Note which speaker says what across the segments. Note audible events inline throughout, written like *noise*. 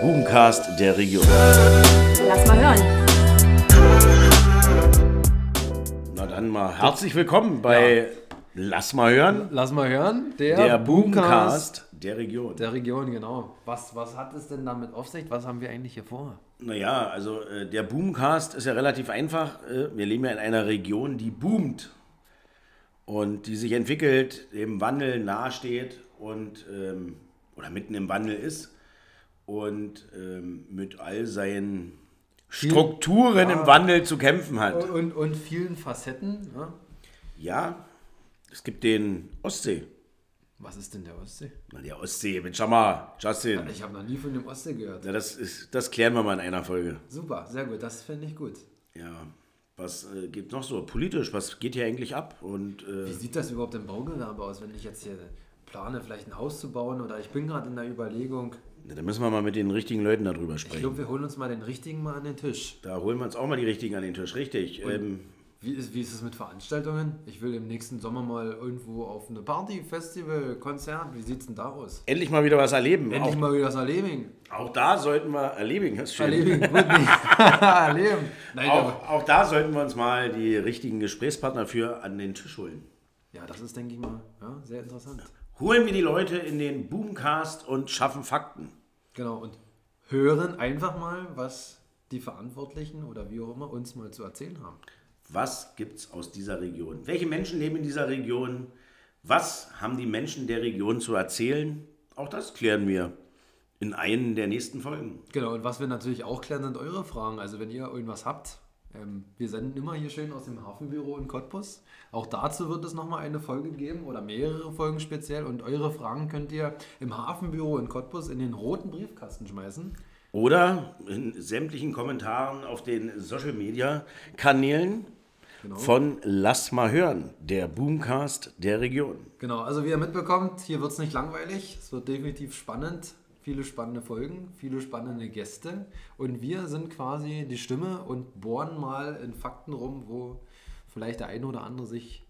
Speaker 1: Bubencast der Region.
Speaker 2: Lass mal hören.
Speaker 1: Na dann mal herzlich willkommen bei Lass mal hören,
Speaker 3: Lass mal hören. Der,
Speaker 1: der
Speaker 3: Boomcast
Speaker 1: Bubencast der Region.
Speaker 3: der Region, genau. Was, was hat es denn damit auf sich? Was haben wir eigentlich hier vor?
Speaker 1: Naja, also äh, der Boomcast ist ja relativ einfach. Äh, wir leben ja in einer Region, die boomt und die sich entwickelt, dem Wandel nahesteht und ähm, oder mitten im Wandel ist und ähm, mit all seinen Strukturen im Wandel zu kämpfen hat.
Speaker 3: Und, und vielen Facetten. Ne?
Speaker 1: Ja, es gibt den Ostsee.
Speaker 3: Was ist denn der Ostsee?
Speaker 1: Na, der Ostsee, mit mal, Justin.
Speaker 3: Ich habe noch nie von dem Ostsee gehört.
Speaker 1: Na, das, ist, das klären wir mal in einer Folge.
Speaker 3: Super, sehr gut. Das finde ich gut.
Speaker 1: Ja, was äh, gibt noch so politisch? Was geht hier eigentlich ab? Und äh,
Speaker 3: Wie sieht das überhaupt im Baugewerbe aus, wenn ich jetzt hier plane, vielleicht ein Haus zu bauen oder ich bin gerade in der Überlegung.
Speaker 1: na, da müssen wir mal mit den richtigen Leuten darüber
Speaker 3: Ich
Speaker 1: sprechen.
Speaker 3: glaube, wir holen uns mal den richtigen mal an den Tisch.
Speaker 1: Da holen wir uns auch mal die richtigen an den Tisch, richtig. Ähm,
Speaker 3: Wie ist, wie ist es mit Veranstaltungen? Ich will im nächsten Sommer mal irgendwo auf eine Party, Festival, Konzert. Wie sieht's denn da aus?
Speaker 1: endlich mal wieder was erleben.
Speaker 3: Endlich mal wieder das Erlebing.
Speaker 1: auch, auch da sollten wir erleben. Das ist schön.
Speaker 3: Erleben, gut nicht. *laughs* Erleben. Nein, aber,
Speaker 1: Auch, auch da sollten wir uns mal die richtigen Gesprächspartner für an den Tisch holen.
Speaker 3: ja, das ist, denke ich mal, ja, sehr interessant.
Speaker 1: Holen wir die Leute in den Boomcast und schaffen Fakten.
Speaker 3: Genau, und hören einfach mal, was die Verantwortlichen oder wie auch immer uns mal zu erzählen haben.
Speaker 1: Was gibt's aus dieser Region? Welche Menschen leben in dieser Region? Was haben die Menschen der Region zu erzählen? Auch das klären wir in einen der nächsten Folgen.
Speaker 3: Genau, und was wir natürlich auch klären, sind eure Fragen. Also, wenn ihr irgendwas habt, ähm, wir senden immer hier schön aus dem Hafenbüro in Cottbus. Auch dazu wird es nochmal eine Folge geben oder mehrere Folgen speziell. Und eure Fragen könnt ihr im Hafenbüro in Cottbus in den roten Briefkasten schmeißen.
Speaker 1: Oder in sämtlichen Kommentaren auf den Social Media Kanälen
Speaker 3: Genau.
Speaker 1: von Lass mal hören, der Boomcast der Region.
Speaker 3: Genau, also wie ihr mitbekommt, hier wird es nicht langweilig. Es wird definitiv spannend. Viele spannende Folgen, viele spannende Gäste. Und wir sind quasi die Stimme und bohren mal in Fakten rum, wo vielleicht der eine oder andere sich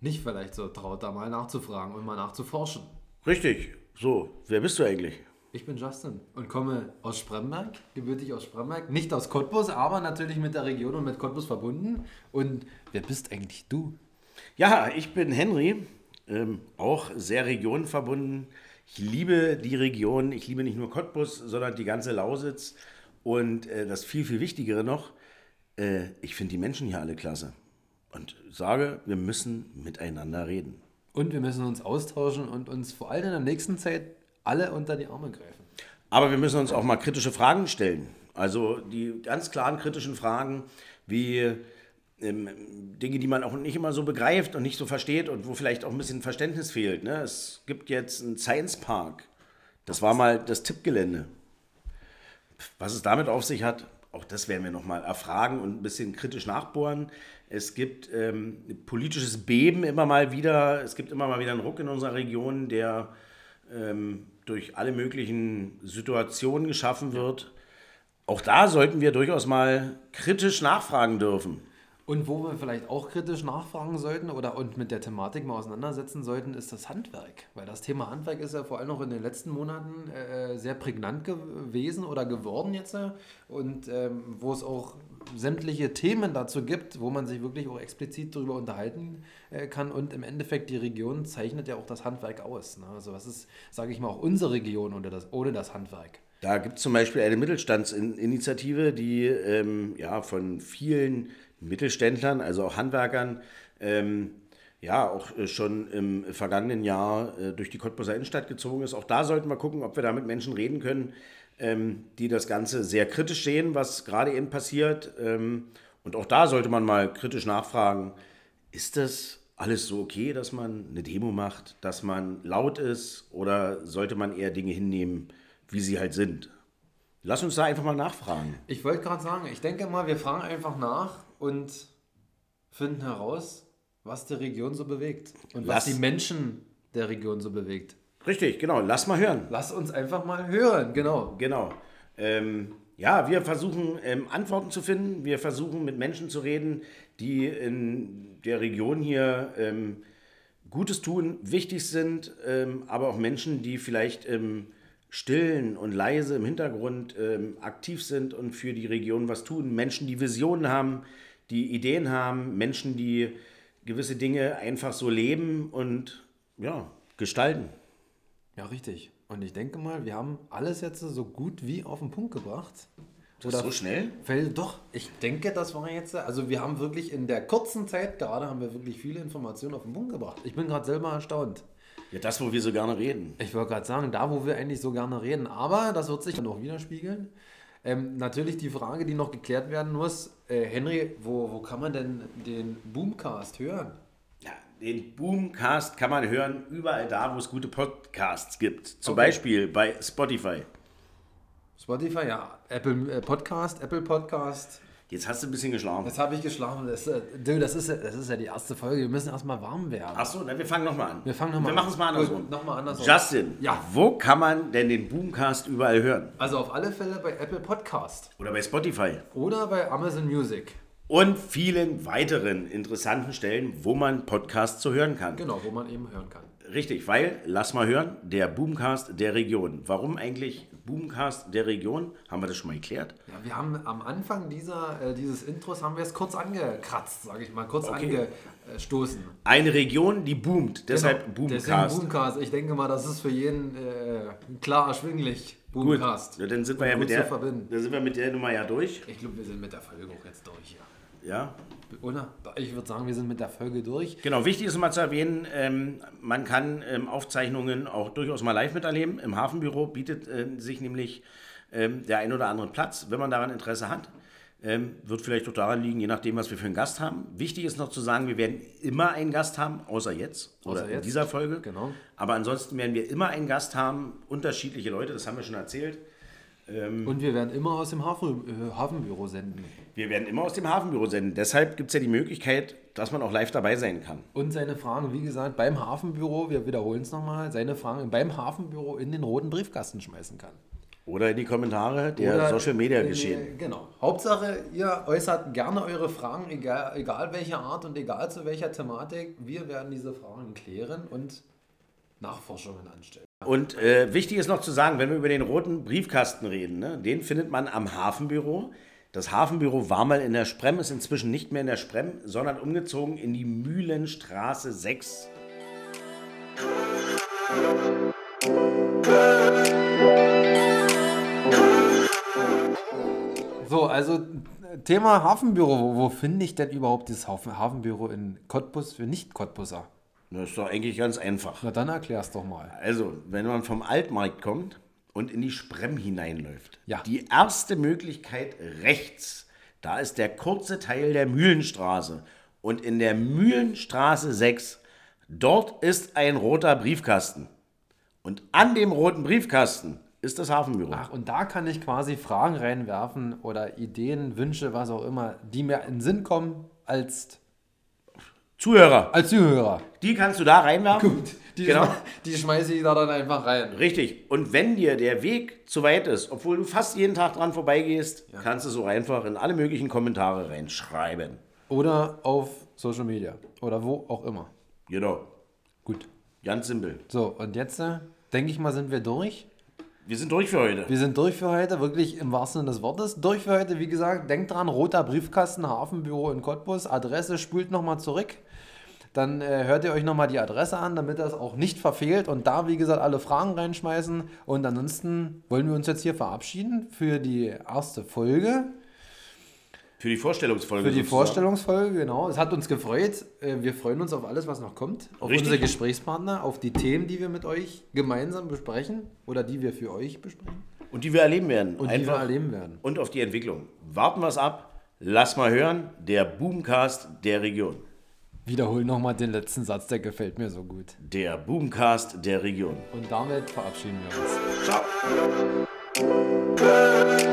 Speaker 3: nicht vielleicht so traut, da mal nachzufragen und mal nachzuforschen.
Speaker 1: Richtig. So, wer bist du eigentlich?
Speaker 3: Ich bin Justin und komme aus Spremberg, gebürtig aus Spremberg, nicht aus Cottbus, aber natürlich mit der Region und mit Cottbus verbunden. Und wer bist eigentlich du?
Speaker 1: Ja, ich bin Henry, ähm, auch sehr regionenverbunden. Ich liebe die Region. Ich liebe nicht nur Cottbus, sondern die ganze Lausitz. Und äh, das viel, viel Wichtigere noch, äh, ich finde die Menschen hier alle klasse. Und sage, wir müssen miteinander reden.
Speaker 3: Und wir müssen uns austauschen und uns vor allem in der nächsten Zeit alle unter die Arme greifen.
Speaker 1: Aber wir müssen uns auch mal kritische Fragen stellen. Also die ganz klaren kritischen Fragen, wie ähm, Dinge, die man auch nicht immer so begreift und nicht so versteht und wo vielleicht auch ein bisschen Verständnis fehlt. Ne? Es gibt jetzt einen Science Park. Das war mal das Tippgelände. Was es damit auf sich hat, auch das werden wir nochmal erfragen und ein bisschen kritisch nachbohren. Es gibt ähm, politisches Beben immer mal wieder. Es gibt immer mal wieder einen Ruck in unserer Region, der ähm, durch alle möglichen Situationen geschaffen wird. Auch da sollten wir durchaus mal kritisch nachfragen dürfen.
Speaker 3: Und wo wir vielleicht auch kritisch nachfragen sollten oder und mit der Thematik mal auseinandersetzen sollten, ist das Handwerk. Weil das Thema Handwerk ist ja vor allem noch in den letzten Monaten äh, sehr prägnant gewesen oder geworden jetzt. äh, Und ähm, wo es auch sämtliche Themen dazu gibt, wo man sich wirklich auch explizit darüber unterhalten äh, kann. Und im Endeffekt, die Region zeichnet ja auch das Handwerk aus. Ne? Also was ist, sage ich mal, auch unsere Region ohne das, ohne das Handwerk.
Speaker 1: Da gibt es zum Beispiel eine Mittelstandsinitiative, die ähm, ja, von vielen Mittelständlern, also auch Handwerkern, ähm, ja, auch äh, schon im vergangenen Jahr äh, durch die Cottbuser Innenstadt gezogen ist. Auch da sollten wir gucken, ob wir da mit Menschen reden können, ähm, die das Ganze sehr kritisch sehen, was gerade eben passiert. Ähm, und auch da sollte man mal kritisch nachfragen, ist das alles so okay, dass man eine Demo macht, dass man laut ist oder sollte man eher Dinge hinnehmen, wie sie halt sind? Lass uns da einfach mal nachfragen.
Speaker 3: Ich wollte gerade sagen, ich denke mal, wir fragen einfach nach und finden heraus, was die Region so bewegt und
Speaker 1: Lass-
Speaker 3: was die Menschen der Region so bewegt.
Speaker 1: Richtig, genau. Lass mal hören.
Speaker 3: Lass uns einfach mal hören, genau.
Speaker 1: Genau. Ähm, ja, wir versuchen ähm, Antworten zu finden. Wir versuchen mit Menschen zu reden, die in der Region hier ähm, Gutes tun, wichtig sind, ähm, aber auch Menschen, die vielleicht ähm, stillen und leise im Hintergrund ähm, aktiv sind und für die Region was tun. Menschen, die Visionen haben, die Ideen haben, Menschen, die gewisse Dinge einfach so leben und ja, gestalten.
Speaker 3: Ja, richtig. Und ich denke mal, wir haben alles jetzt so gut wie auf den Punkt gebracht.
Speaker 1: Das so schnell?
Speaker 3: Fell, doch, ich denke, das war jetzt. Also, wir haben wirklich in der kurzen Zeit gerade haben wir wirklich viele Informationen auf den Punkt gebracht. Ich bin gerade selber erstaunt.
Speaker 1: Ja, das, wo wir so gerne reden.
Speaker 3: Ich wollte gerade sagen, da, wo wir eigentlich so gerne reden. Aber das wird sich dann auch widerspiegeln. Ähm, natürlich die Frage, die noch geklärt werden muss: äh, Henry, wo, wo kann man denn den Boomcast hören?
Speaker 1: Ja, den Boomcast kann man hören überall da, wo es gute Podcasts gibt. Zum
Speaker 3: Okay.
Speaker 1: Beispiel bei Spotify.
Speaker 3: Spotify, ja. Apple äh, Podcast, Apple Podcast.
Speaker 1: Jetzt hast du ein bisschen geschlafen.
Speaker 3: Jetzt habe ich geschlafen. Das, äh, du, das, ist, ja- das ist ja die erste Folge. Wir müssen erstmal warm werden.
Speaker 1: Achso, na, wir fangen nochmal an.
Speaker 3: Wir fangen nochmal
Speaker 1: Wir machen es mal
Speaker 3: an.
Speaker 1: andersrum.
Speaker 3: Gut, noch mal andersrum.
Speaker 1: Justin,
Speaker 3: Ja.
Speaker 1: wo kann man denn den Boomcast überall hören?
Speaker 3: Also auf alle Fälle bei Apple Podcast
Speaker 1: Oder bei Spotify?
Speaker 3: oder bei Amazon Music.
Speaker 1: Und vielen weiteren interessanten Stellen, wo man Podcasts so hören kann.
Speaker 3: Genau, wo man eben hören kann.
Speaker 1: Richtig, weil, lass mal hören, der Boomcast der Region. Warum eigentlich Boomcast der Region? Haben wir das schon mal geklärt?
Speaker 3: Ja, wir haben am Anfang dieser, äh, dieses Intros haben wir es kurz angekratzt, sage ich mal, kurz
Speaker 1: Okay.
Speaker 3: angestoßen.
Speaker 1: Eine Region, die boomt, deshalb
Speaker 3: Genau. Deswegen
Speaker 1: Boomcast.
Speaker 3: Boomcast. Ich denke mal, das ist für jeden äh, klar erschwinglich.
Speaker 1: Gut,
Speaker 3: Boomcast.
Speaker 1: ja, dann sind wir ja
Speaker 3: Gut
Speaker 1: mit
Speaker 3: zu
Speaker 1: der,
Speaker 3: verbinden.
Speaker 1: dann sind wir mit der Nummer ja durch.
Speaker 3: Ich glaube, wir sind mit der Folge auch jetzt durch hier.
Speaker 1: Ja.
Speaker 3: Oder? Ich würde sagen, wir sind mit der Folge durch.
Speaker 1: Genau, wichtig ist mal zu erwähnen, ähm, man kann ähm, Aufzeichnungen auch durchaus mal live miterleben. Im Hafenbüro bietet ähm, sich nämlich ähm, der ein oder andere Platz, wenn man daran Interesse hat. Ähm, wird vielleicht auch daran liegen, je nachdem, was wir für einen Gast haben. Wichtig ist noch zu sagen, wir werden immer einen Gast haben, außer jetzt oder
Speaker 3: Außer
Speaker 1: in
Speaker 3: jetzt.
Speaker 1: dieser Folge.
Speaker 3: Genau.
Speaker 1: Aber ansonsten werden wir immer einen Gast haben, unterschiedliche Leute, das haben wir schon erzählt. Mhm.
Speaker 3: Und wir werden immer aus dem Hafen, äh, Hafenbüro senden.
Speaker 1: Wir werden immer aus dem Hafenbüro senden. Deshalb gibt es ja die Möglichkeit, dass man auch live dabei sein kann.
Speaker 3: Und seine Fragen, wie gesagt, beim Hafenbüro, wir wiederholen es nochmal, seine Fragen beim Hafenbüro in den roten Briefkasten schmeißen kann.
Speaker 1: Oder in die Kommentare der
Speaker 3: Oder
Speaker 1: Social Media
Speaker 3: in die-
Speaker 1: Geschehen.
Speaker 3: Genau. Hauptsache, ihr äußert gerne eure Fragen, egal, egal welcher Art und egal zu welcher Thematik. Wir werden diese Fragen klären und Nachforschungen anstellen.
Speaker 1: Und äh, wichtig ist noch zu sagen, wenn wir über den roten Briefkasten reden, ne, den findet man am Hafenbüro. Das Hafenbüro war mal in der Sprem, ist inzwischen nicht mehr in der Sprem, sondern umgezogen in die Mühlenstraße 6.
Speaker 3: So, also Thema Hafenbüro. Wo, wo finde ich denn überhaupt dieses Hafen, Hafenbüro in Cottbus für Nicht-Cottbuser?
Speaker 1: Das ist doch eigentlich ganz einfach.
Speaker 3: Na dann erklär's doch mal.
Speaker 1: Also, wenn man vom Altmarkt kommt und in die Sprem hineinläuft,
Speaker 3: Ja.
Speaker 1: die erste Möglichkeit rechts, da ist der kurze Teil der Mühlenstraße. Und in der Mühlenstraße 6, dort ist ein roter Briefkasten. Und an dem roten Briefkasten ist das Hafenbüro.
Speaker 3: Ach, und da kann ich quasi Fragen reinwerfen oder Ideen, Wünsche, was auch immer, die mir in den Sinn kommen als,
Speaker 1: Zuhörer,
Speaker 3: als Zuhörer.
Speaker 1: die kannst du da reinwerfen.
Speaker 3: Die,
Speaker 1: Genau.
Speaker 3: die schmeiße ich da dann einfach rein.
Speaker 1: Richtig. Und wenn dir der Weg zu weit ist, obwohl du fast jeden Tag dran vorbeigehst, kannst du so einfach in alle möglichen Kommentare reinschreiben.
Speaker 3: Oder auf Social Media. Oder wo auch immer.
Speaker 1: Genau.
Speaker 3: Gut.
Speaker 1: Ganz simpel.
Speaker 3: So, und jetzt, äh, denke ich mal, sind wir durch.
Speaker 1: Wir sind durch für heute.
Speaker 3: Wir sind durch für heute, wirklich im wahrsten Sinne des Wortes. Durch für heute, wie gesagt, denkt dran, roter Briefkasten, Hafenbüro in Cottbus, Adresse spült nochmal zurück. Dann äh, hört ihr euch nochmal die Adresse an, damit das auch nicht verfehlt und da, wie gesagt, alle Fragen reinschmeißen. Und ansonsten wollen wir uns jetzt hier verabschieden für die erste Folge,
Speaker 1: Für die Vorstellungsfolge.
Speaker 3: für die
Speaker 1: sozusagen.
Speaker 3: Vorstellungsfolge, genau. Es hat uns gefreut. Äh, wir freuen uns auf alles, was noch kommt, auf
Speaker 1: Richtig.
Speaker 3: unsere Gesprächspartner, auf die Themen, die wir mit euch gemeinsam besprechen oder die wir für euch besprechen
Speaker 1: Und die wir erleben werden.
Speaker 3: und die wir erleben werden.
Speaker 1: Und auf die Entwicklung. Warten wir es ab. Lass mal hören. Der Boomcast der Region.
Speaker 3: Wiederhol nochmal den letzten Satz, der gefällt mir so gut.
Speaker 1: Der Boomcast der Region.
Speaker 3: Und damit verabschieden wir uns.
Speaker 1: Ciao.